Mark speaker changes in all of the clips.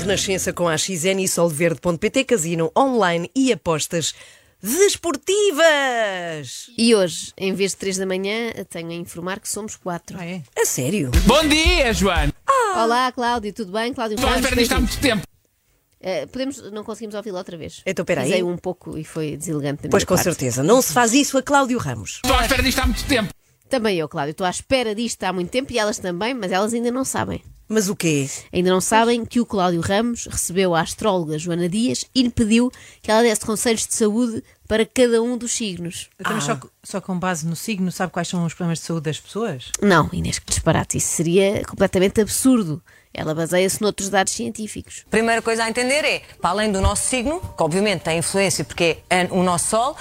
Speaker 1: Renascença com a XN e solverde.pt, casino online e apostas desportivas.
Speaker 2: E hoje, em vez de 3 da manhã, tenho a informar que somos 4.
Speaker 1: A sério?
Speaker 3: Bom dia, Joana!
Speaker 2: Olá, Cláudio, tudo bem? Cláudio
Speaker 3: Estou à
Speaker 2: Ramos,
Speaker 3: espera disto há
Speaker 2: beijinhos.
Speaker 3: muito tempo.
Speaker 2: Eh, podemos, não conseguimos ouvi-lo outra vez.
Speaker 1: Então, peraí.
Speaker 2: Pisei um pouco e foi deselegante da minha
Speaker 1: Pois com
Speaker 2: parte.
Speaker 1: certeza, não se faz isso a Cláudio Ramos.
Speaker 3: Estou à espera disto há muito tempo.
Speaker 2: Também eu, Cláudio, estou à espera disto há muito tempo e elas também, mas elas ainda não sabem.
Speaker 1: Mas o quê?
Speaker 2: Ainda não sabem que o Cláudio Ramos recebeu a astróloga Joana Dias e lhe pediu que ela desse conselhos de saúde para cada um dos signos.
Speaker 4: Então, mas só, co- só com base no signo, sabe quais são os problemas de saúde das pessoas?
Speaker 2: Não, Inês, que disparate. Isso seria completamente absurdo. Ela baseia-se noutros dados científicos.
Speaker 5: Primeira coisa a entender é, para além do nosso signo, que obviamente tem influência porque é o nosso Sol,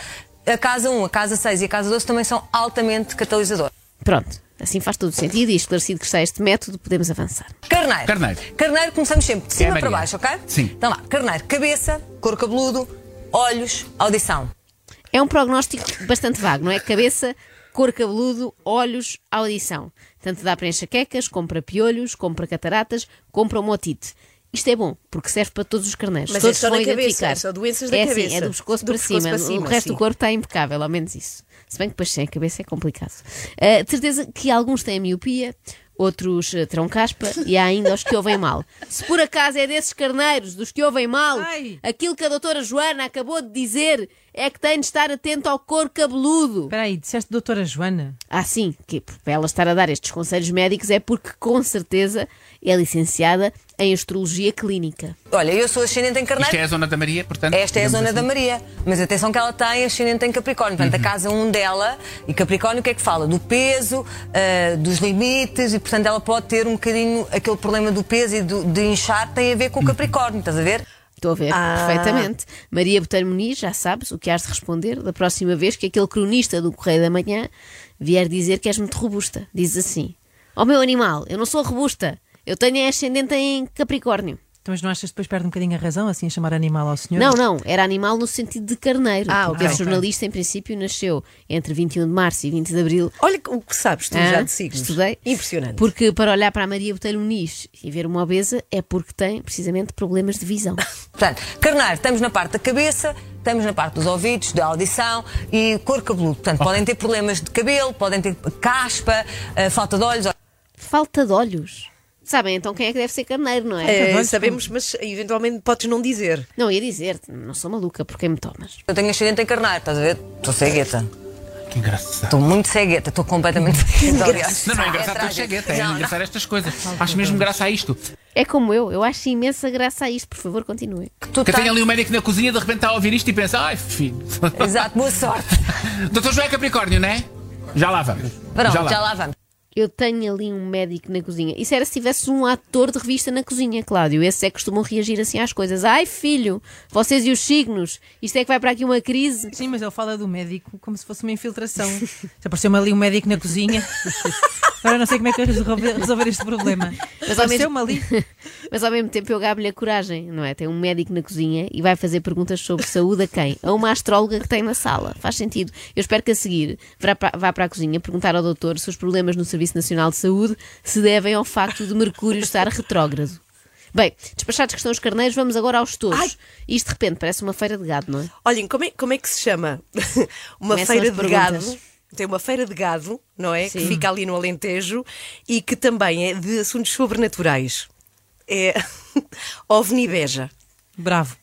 Speaker 5: a casa 1, a casa 6 e a casa 12 também são altamente catalisadoras.
Speaker 2: Pronto, assim faz todo o sentido e esclarecido que está este método, podemos avançar.
Speaker 5: Carneiro.
Speaker 3: Carneiro.
Speaker 5: Carneiro começamos sempre de
Speaker 3: É a
Speaker 5: cima
Speaker 3: Maria.
Speaker 5: para baixo, ok?
Speaker 3: Sim.
Speaker 5: Então lá, carneiro, cabeça, couro cabeludo, olhos, audição.
Speaker 2: É um prognóstico bastante vago, não é? Cabeça, cor cabeludo, olhos, audição. Tanto dá para enxaquecas, como para piolhos, como para cataratas, como para motite. Isto é bom, porque serve para todos os carneiros.
Speaker 1: Mas é
Speaker 2: todos
Speaker 1: só
Speaker 2: vão
Speaker 1: da cabeça,
Speaker 2: identificar.
Speaker 1: é só doenças da
Speaker 2: é
Speaker 1: cabeça.
Speaker 2: Sim, é do pescoço,
Speaker 1: Do
Speaker 2: para,
Speaker 1: pescoço
Speaker 2: cima.
Speaker 1: para cima,
Speaker 2: O resto
Speaker 1: sim.
Speaker 2: do corpo está impecável, ao menos isso. Se bem que depois sem a cabeça é complicado. Ah, de certeza que alguns têm miopia, outros ah, terão caspa e há ainda os que ouvem mal. Se por acaso é desses carneiros, dos que ouvem mal,
Speaker 4: Ai.
Speaker 2: aquilo que a doutora Joana acabou de dizer é que tem de estar atento ao couro cabeludo.
Speaker 4: Espera aí, disseste doutora Joana?
Speaker 2: Ah, sim, que para ela estar a dar estes conselhos médicos é porque, com certeza, é licenciada em astrologia clínica.
Speaker 5: Olha, eu sou ascendente em carneiro.
Speaker 3: Isto é a zona da Maria, portanto.
Speaker 5: Esta é a
Speaker 3: digamos
Speaker 5: zona
Speaker 3: assim. Uhum.
Speaker 5: da Maria, mas atenção que ela tem ascendente em Capricórnio, portanto a casa 1 dela, e Capricórnio o que é que fala? Do peso, ah, dos limites, e portanto ela pode ter um bocadinho aquele problema do peso e do- de inchar, tem a ver com o Capricórnio, estás a ver?
Speaker 2: Estou a ver,
Speaker 1: Ah.
Speaker 2: perfeitamente. Maria Botelho Muniz, já sabes o que has de responder da próxima vez que aquele cronista do Correio da Manhã vier dizer que és muito robusta. Diz assim: Ó meu animal, eu não sou robusta, eu tenho é ascendente em Capricórnio.
Speaker 4: Então, mas não achas que depois perde um bocadinho a razão, assim, a chamar animal ao senhor?
Speaker 2: Não, não, era animal no sentido de carneiro.
Speaker 1: Ah,
Speaker 2: porque
Speaker 1: ok,
Speaker 2: esse jornalista, em princípio, nasceu entre 21 de março e 20 de abril
Speaker 1: Olha o que sabes tu
Speaker 2: Hã?
Speaker 1: já de signos.
Speaker 2: Estudei.
Speaker 1: Impressionante.
Speaker 2: Porque para olhar para a Maria Botelho Muniz e ver uma obesa é porque tem precisamente problemas de visão.
Speaker 5: Portanto, carneiro, estamos na parte da cabeça, estamos na parte dos ouvidos, da audição e cor cabeludo. Portanto, podem ter problemas de cabelo, podem ter caspa, ah, falta de olhos.
Speaker 2: Falta de olhos. Sabem então quem é que deve ser carneiro, não é?
Speaker 1: É,
Speaker 4: Mas vais-
Speaker 1: sabemos, mas eventualmente podes não dizer.
Speaker 2: Não, ia dizer-te, não sou maluca, porque é me tomas?
Speaker 5: Eu tenho ascendente em carneiro, estás a ver? Estou cegueta.
Speaker 3: Que engraçado.
Speaker 5: Estou muito cegueta, estou completamente cegueta, aliás.
Speaker 3: Não, não é engraçado
Speaker 5: É
Speaker 3: estou
Speaker 5: trágico.
Speaker 3: chegueta, é
Speaker 5: Não,
Speaker 3: engraçar estas coisas. Acho mesmo graça a isto.
Speaker 2: É como eu, eu acho imensa graça a isto, por favor, continue.
Speaker 5: Tu
Speaker 3: Que eu
Speaker 5: tens-
Speaker 3: tenho ali um médico na cozinha, de repente está a ouvir isto e pensa, ai filho.
Speaker 5: Exato, boa sorte.
Speaker 3: Doutor João é Capricórnio, não é? Já lá vamos.
Speaker 5: Pronto, já lá. vamos.
Speaker 2: Eu tenho ali um médico na cozinha. Isso era se tivesse um ator de revista na cozinha, Cláudio. Esses é que costumam reagir assim às coisas. Ai, filho, vocês e os signos, isto é que vai para aqui uma crise.
Speaker 4: Sim, mas ele fala do médico como se fosse uma infiltração. Já apareceu-me ali um médico na cozinha. Agora não sei como é que eu resolver, resolver este problema.
Speaker 2: Mas ao mesmo-
Speaker 4: Apareceu-me ali.
Speaker 2: Mas ao mesmo tempo eu gabo-lhe a coragem, não é? Tem um médico na cozinha e vai fazer perguntas sobre saúde a quem? A uma astróloga que tem na sala. Faz sentido. Eu espero que a seguir vá para, vá para a cozinha perguntar ao doutor se os problemas no Serviço Nacional de Saúde se devem ao facto de Mercúrio estar retrógrado. Bem, despachados que estão os carneiros, vamos agora aos touros.
Speaker 1: Ai!
Speaker 2: Isto de repente parece uma feira de gado, não é?
Speaker 1: Olhem, como é, como é que se chama? uma
Speaker 2: Começam
Speaker 1: feira
Speaker 2: as
Speaker 1: de gado.
Speaker 2: perguntas.
Speaker 1: Tem uma feira de gado, não é? Que
Speaker 2: Sim.
Speaker 1: fica ali no Alentejo e que também é de assuntos sobrenaturais. É OVNI Beja.
Speaker 4: Bravo.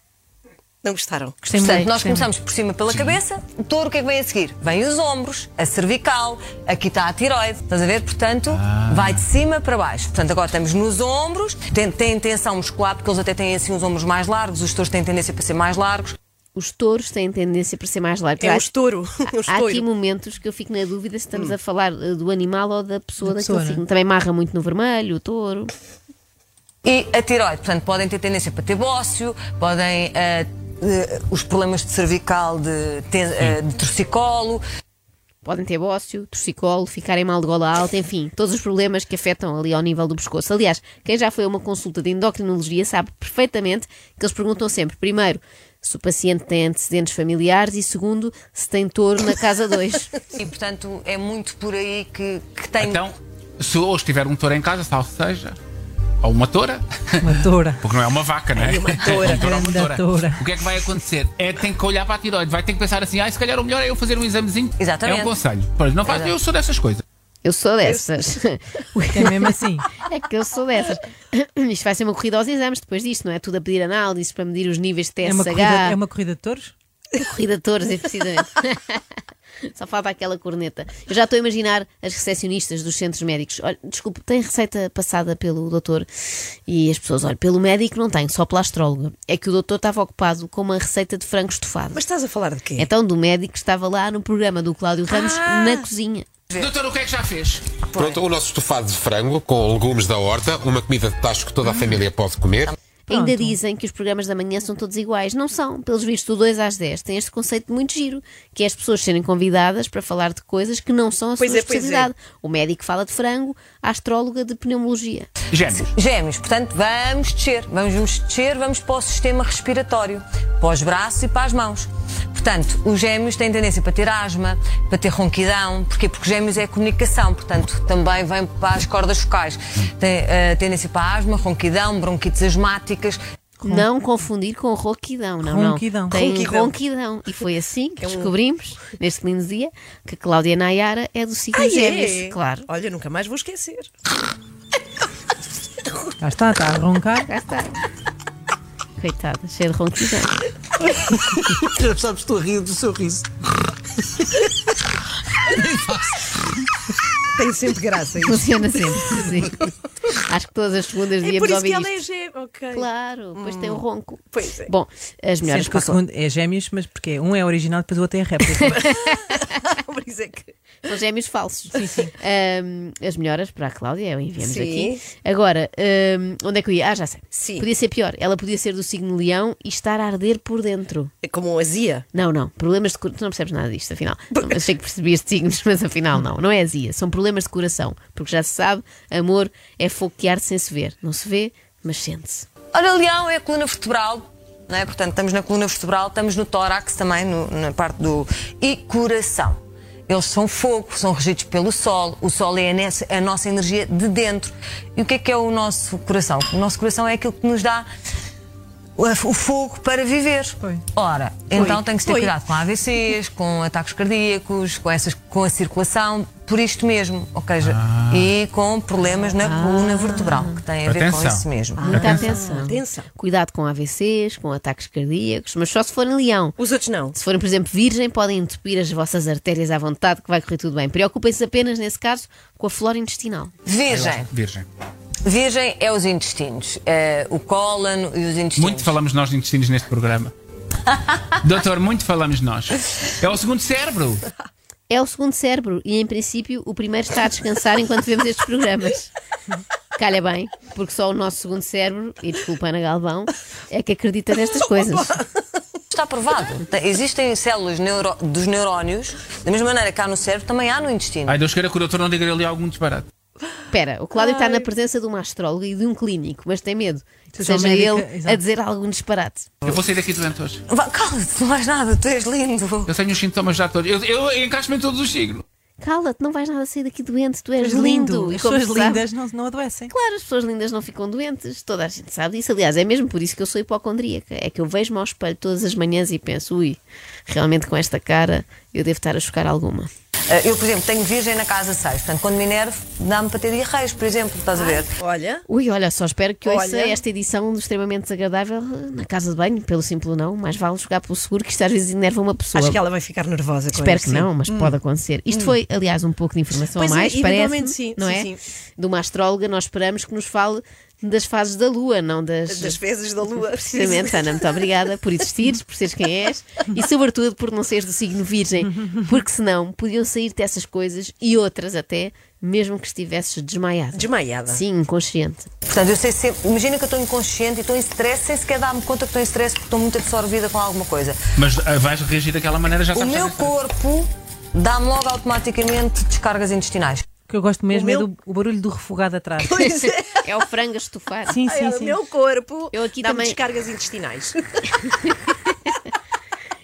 Speaker 1: Não gostaram?
Speaker 4: Gostei muito.
Speaker 5: Portanto, nós
Speaker 4: gostei muito.
Speaker 5: começamos por cima pela cabeça. O touro, o que é que vem a seguir? Vem os ombros, a cervical, aqui está a tiroide. Estás a ver? Portanto,
Speaker 3: Ah.
Speaker 5: vai de cima para baixo. Portanto, agora estamos nos ombros. Tem, tem tensão muscular, porque eles até têm assim uns ombros mais largos. Os touros têm tendência para ser mais largos.
Speaker 2: Os touros têm tendência para ser mais largos.
Speaker 1: É
Speaker 2: Há-
Speaker 1: o estouro. o
Speaker 2: Há
Speaker 1: estouro.
Speaker 2: aqui momentos que eu fico na dúvida se estamos a falar eh, do animal ou da pessoa
Speaker 4: Hum. Da
Speaker 2: daquele
Speaker 4: pessoa, é?
Speaker 2: signo. Também marra muito no vermelho, o touro.
Speaker 5: E a tiroide, portanto, podem ter tendência para ter bócio, podem eh, eh, os problemas de cervical, de, ten- eh, de torcicolo.
Speaker 2: Podem ter bócio, torcicolo, ficarem mal de gola alta, enfim, todos os problemas que afetam ali ao nível do pescoço. Aliás, quem já foi a uma consulta de endocrinologia sabe perfeitamente que eles perguntam sempre, primeiro, se o paciente tem antecedentes familiares e, segundo, se tem touro na casa 2.
Speaker 5: E, portanto, é muito por aí que, que tem
Speaker 3: Então, se hoje tiver um touro em casa, salve seja. Ou uma toura.
Speaker 4: Uma toura.
Speaker 3: Porque não é uma vaca, não é?
Speaker 1: É uma toura.
Speaker 3: Uma toura, é uma
Speaker 4: Grande
Speaker 3: toura.
Speaker 4: toura.
Speaker 3: O que é que vai acontecer? É tem que olhar para a tiroide. Vai ter que pensar assim, ah, se calhar o melhor é eu fazer um examezinho.
Speaker 5: Exatamente.
Speaker 3: É um conselho. Pois, não faz,
Speaker 5: Exato.
Speaker 3: eu sou dessas coisas.
Speaker 2: Eu sou dessas.
Speaker 4: É mesmo assim.
Speaker 2: É que eu sou dessas. Isto vai ser uma corrida aos exames depois disto, não é? Tudo a pedir análises para medir os níveis de TSH.
Speaker 4: É uma, corrida, é uma corrida de touros?
Speaker 2: Corrida de touros, é precisamente. Só falta aquela corneta. Eu já estou a imaginar as recepcionistas dos centros médicos. Olha, desculpe, tem receita passada pelo doutor? E as pessoas, olha, pelo médico não tem, só pela astróloga. É que o doutor estava ocupado com uma receita de frango estufado.
Speaker 1: Mas estás a falar de quê?
Speaker 2: Então, do médico que estava lá no programa do Cláudio Ramos
Speaker 1: Ah!
Speaker 2: na cozinha.
Speaker 3: Doutor, o que é que já fez?
Speaker 6: Pronto, o nosso estofado de frango com legumes da horta, uma comida de tacho que toda a família pode comer.
Speaker 2: Ainda dizem que os programas da manhã são todos iguais. Não são. Pelos vistos, do 2 às 10 tem este conceito de muito giro, que é as pessoas serem convidadas para falar de coisas que não são a
Speaker 1: Pois
Speaker 2: sua
Speaker 1: é, pois é.
Speaker 2: especialidade. O médico fala de frango, a astróloga de pneumologia.
Speaker 3: Gêmeos.
Speaker 5: Gêmeos, portanto, vamos descer, vamos nos descer, vamos para o sistema respiratório, para os braços e para as mãos. Portanto, os gêmeos têm tendência para ter asma, para ter ronquidão, porquê? Porque gêmeos é a comunicação, portanto, também vem para as cordas focais. Tem eh, tendência para asma, ronquidão, bronquites asmáticas.
Speaker 2: Não confundir com ronquidão, não,
Speaker 4: Ronquidão.
Speaker 2: não. Tem
Speaker 1: Ronquidão. É um-
Speaker 2: ronquidão. E foi assim que descobrimos, neste lindo dia, que Cláudia Nayara é do signo
Speaker 1: Ai,
Speaker 2: gêmeos.
Speaker 1: é?
Speaker 2: Claro.
Speaker 1: Olha, nunca mais vou esquecer.
Speaker 4: Lá está, está a roncar.
Speaker 2: Cá está. Coitada, cheia de ronquidão.
Speaker 7: Sabes, estou a rir do seu riso.
Speaker 1: Tem sempre graça isto.
Speaker 2: Funciona sempre. sim. Acho que todas as segundas
Speaker 1: É
Speaker 2: devíamos
Speaker 1: por isso
Speaker 2: ouvir
Speaker 1: que
Speaker 2: isto.
Speaker 1: ela é G. Ok.
Speaker 2: Claro, depois tem o ronco.
Speaker 1: Hum. Pois é.
Speaker 2: Bom, as melhores
Speaker 4: Sendo que o
Speaker 2: passam.
Speaker 4: segundo é gêmeos, mas porque um é original, depois o outro é réplica.
Speaker 1: Por isso é que.
Speaker 2: São gêmeos falsos. Ahm, as melhoras para a Cláudia, eu enviamos
Speaker 1: Sim.
Speaker 2: aqui. Agora, ahm, onde é que eu ia? Ah, já sei.
Speaker 1: Sim.
Speaker 2: Podia ser pior. Ela podia ser do signo leão e estar a arder por dentro.
Speaker 1: É como um azia.
Speaker 2: Não, não. Problemas de coração. Tu não percebes nada disto, afinal. Não, achei que percebias de signos, mas afinal não. Não é azia. São problemas de coração. Porque já se sabe, amor é fogo que arde sem se ver. Não se vê, mas sente-se.
Speaker 5: Ora, leão é a coluna vertebral, não é? Portanto, estamos na coluna vertebral, estamos no tórax também, no- na parte do. E coração. Eles são fogo, são regidos pelo sol, o sol é a, nes- a nossa energia de dentro. E o que é que é o nosso coração? O nosso coração é aquilo que nos dá o o fogo para viver.
Speaker 4: Foi.
Speaker 5: Ora, então tem que se ter
Speaker 1: Foi.
Speaker 5: cuidado com AVCs, com ataques cardíacos, com, essas, com a circulação, por isto mesmo, ou seja, e com problemas na coluna vertebral, que tem a ver com
Speaker 3: Atenção.
Speaker 5: isso mesmo.
Speaker 2: Muita atenção.
Speaker 1: Atenção.
Speaker 2: Ah. Cuidado com AVCs, com ataques cardíacos, mas só se forem leão.
Speaker 1: Os outros não.
Speaker 2: Se forem, por exemplo, virgem, podem entupir as vossas artérias à vontade, que vai correr tudo bem. Preocupem-se apenas, nesse caso, com a flora intestinal.
Speaker 5: Virgem.
Speaker 3: Virgem.
Speaker 5: Virgem é os intestinos, é o cólon e os intestinos.
Speaker 3: Muito falamos nós de intestinos neste programa. Doutor, muito falamos nós. É o segundo cérebro.
Speaker 2: É o segundo cérebro e, em princípio, o primeiro está a descansar enquanto vemos estes programas. Calha bem, porque só o nosso segundo cérebro, e desculpa Ana Galvão, é que acredita nestas coisas.
Speaker 5: Está provado. Tem- Existem células neuro- dos neurónios, da mesma maneira que há no cérebro, também há no intestino.
Speaker 3: Ai, Deus queira que o doutor não diga ali algum disparate.
Speaker 2: Espera, o Cláudio está na presença de uma astróloga e de um clínico, mas tem medo que
Speaker 4: Seja
Speaker 2: seja
Speaker 4: médica,
Speaker 2: ele a
Speaker 4: exato.
Speaker 2: dizer algum disparate.
Speaker 3: Eu vou sair daqui doente hoje.
Speaker 5: Vá, Cala-te, não mais nada, tu és lindo.
Speaker 3: Eu tenho os sintomas já todos. Eu, eu encaixo-me em todos os signos.
Speaker 2: Cala-te, não vais nada sair daqui doente, tu és
Speaker 4: És
Speaker 2: lindo.
Speaker 4: lindo.
Speaker 2: E
Speaker 4: As
Speaker 2: como
Speaker 4: pessoas
Speaker 2: se sabe-
Speaker 4: lindas não, não adoecem.
Speaker 2: Claro, as pessoas lindas não ficam doentes, toda a gente sabe disso. Aliás, é mesmo por isso que eu sou hipocondríaca. É que eu vejo-me ao espelho todas as manhãs e penso, ui, realmente com esta cara eu devo estar a chocar alguma.
Speaker 5: Ah, Eu, por exemplo, tenho virgem na casa 6, portanto, quando me enervo, dá-me para ter diarreias, por exemplo, estás a ver?
Speaker 1: Olha.
Speaker 2: Ui, olha, só espero que ouça
Speaker 1: Olha.
Speaker 2: esta edição do extremamente desagradável eh, na casa de banho, pelo simples não. Mais vale jogar pelo seguro, que isto às vezes enerva uma pessoa.
Speaker 1: Acho que ela vai ficar nervosa com
Speaker 2: Espero
Speaker 1: isto,
Speaker 2: que
Speaker 1: sim.
Speaker 2: não, mas pode acontecer. Isto foi, aliás, um pouco de informação
Speaker 1: Pois
Speaker 2: a
Speaker 1: é,
Speaker 2: mais,
Speaker 1: eventualmente
Speaker 2: parece.
Speaker 1: sim,
Speaker 2: não
Speaker 1: sim,
Speaker 2: é?
Speaker 1: sim.
Speaker 2: De uma astróloga, nós esperamos que nos fale das fases da Lua, não das.
Speaker 1: Das vezes da lua.
Speaker 2: Precisamente, Ana, muito obrigada por existires, por seres quem és e, sobretudo, por não seres do signo virgem, porque senão podiam sair-te essas coisas e outras até, mesmo que estivesses desmaiada.
Speaker 1: Desmaiada.
Speaker 2: Sim, inconsciente.
Speaker 5: Portanto, eu sei sempre. Imagina que eu estou inconsciente e estou em stress sem sequer dar-me conta que estou em stress porque estou muito absorvida com alguma coisa.
Speaker 3: Mas ah, vais reagir daquela maneira, já
Speaker 5: O
Speaker 3: sabes.
Speaker 5: meu corpo dá-me logo automaticamente descargas intestinais.
Speaker 4: O que eu gosto mesmo
Speaker 1: O meu-
Speaker 4: é do o barulho do refogado atrás.
Speaker 1: Pois é.
Speaker 2: É o frango a estufar.
Speaker 4: Sim,
Speaker 1: Ai,
Speaker 4: sim,
Speaker 1: olha,
Speaker 4: sim.
Speaker 1: meu corpo
Speaker 2: Eu aqui
Speaker 1: dá-me
Speaker 2: também-
Speaker 1: descargas intestinais.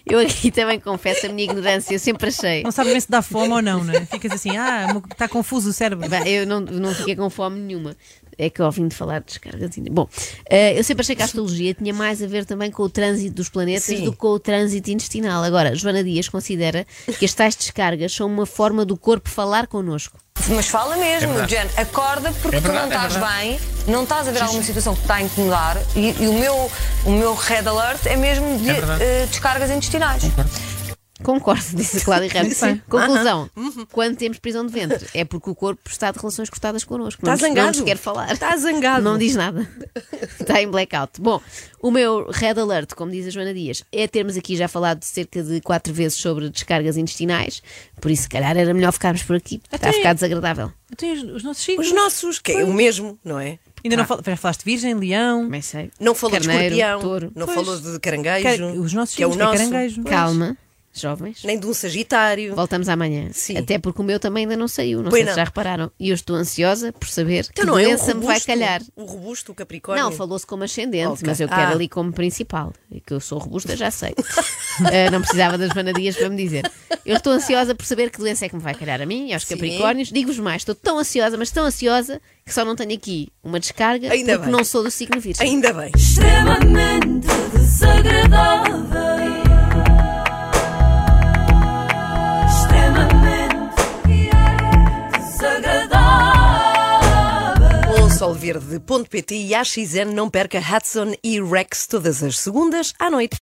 Speaker 2: Eu aqui também confesso a minha ignorância, eu sempre achei.
Speaker 4: Não sabes bem se dá fome ou não, não é? Ficas assim, ah, está confuso o cérebro.
Speaker 2: Bem, Eu não, não fiquei com fome nenhuma, É que eu ouvindo falar de descargas. indi- Bom, eh, eu sempre achei que a astrologia tinha mais a ver também com o trânsito dos planetas
Speaker 1: Sim.
Speaker 2: do que com o trânsito intestinal. Agora, Joana Dias considera que as tais descargas são uma forma do corpo falar connosco.
Speaker 5: Mas fala mesmo,
Speaker 6: verdade.
Speaker 5: Jen, acorda porque
Speaker 3: É
Speaker 5: tu não
Speaker 3: verdade, é
Speaker 5: estás
Speaker 3: verdade.
Speaker 5: bem, não estás a ver alguma situação que te está a incomodar e, e o, meu, o meu red alert é mesmo de
Speaker 3: É verdade.
Speaker 5: eh, descargas intestinais.
Speaker 2: Concordo, disse a Cláudia Ramos.
Speaker 4: Sim.
Speaker 2: Conclusão:
Speaker 1: Uhum.
Speaker 2: quando temos prisão de ventre, é porque o corpo está de relações cortadas connosco.
Speaker 1: Está
Speaker 2: não, nos-
Speaker 1: Tá zangado.
Speaker 2: Não nos quer falar.
Speaker 1: Está zangado.
Speaker 2: Não diz nada. Está em blackout. Bom, o meu red alert, como diz a Joana Dias, é termos aqui já falado cerca de quatro vezes sobre descargas intestinais. Por isso, se calhar, era melhor ficarmos por aqui. Está a
Speaker 4: Até-
Speaker 2: ficar desagradável.
Speaker 4: Então, e os, os nossos signos.
Speaker 1: Os nossos, que é o mesmo, não é?
Speaker 4: Ainda não fal... já falaste virgem, leão.
Speaker 2: Também sei.
Speaker 1: Não falou de
Speaker 2: Carneiro,
Speaker 1: escorpião,
Speaker 2: touro.
Speaker 1: não
Speaker 4: Pois.
Speaker 1: falou de caranguejo,
Speaker 4: Car- Os nossos
Speaker 1: que é o
Speaker 4: signos,
Speaker 1: nosso,
Speaker 4: caranguejo.
Speaker 2: Calma, jovens.
Speaker 1: nem de um sagitário.
Speaker 2: Voltamos amanhã.
Speaker 1: Sim.
Speaker 2: Até porque o meu também ainda não saiu. Não
Speaker 1: Pois
Speaker 2: sei
Speaker 1: não.
Speaker 2: se já repararam. E eu estou ansiosa por saber que
Speaker 1: Então não é o
Speaker 2: doença
Speaker 1: robusto,
Speaker 2: me vai calhar.
Speaker 1: o robusto, o capricórnio.
Speaker 2: Não, falou-se como ascendente,
Speaker 1: Ok.
Speaker 2: mas eu quero
Speaker 1: Ah.
Speaker 2: ali como principal. E que eu sou robusta, já sei. Eh, não precisava das vanadias para me dizer. Eu estou ansiosa por saber que doença é que me vai calhar a mim e aos
Speaker 1: Sim.
Speaker 2: Capricórnios. Digo-vos mais, estou tão ansiosa, mas tão ansiosa que só não tenho aqui uma descarga
Speaker 1: Ainda
Speaker 2: porque
Speaker 1: bem.
Speaker 2: não sou do signo virgem.
Speaker 1: Ainda bem.
Speaker 8: extremamente desagradável, extremamente desagradável.
Speaker 1: Com o solverde.pt e AXN não perca Hudson e Rex todas as segundas à noite.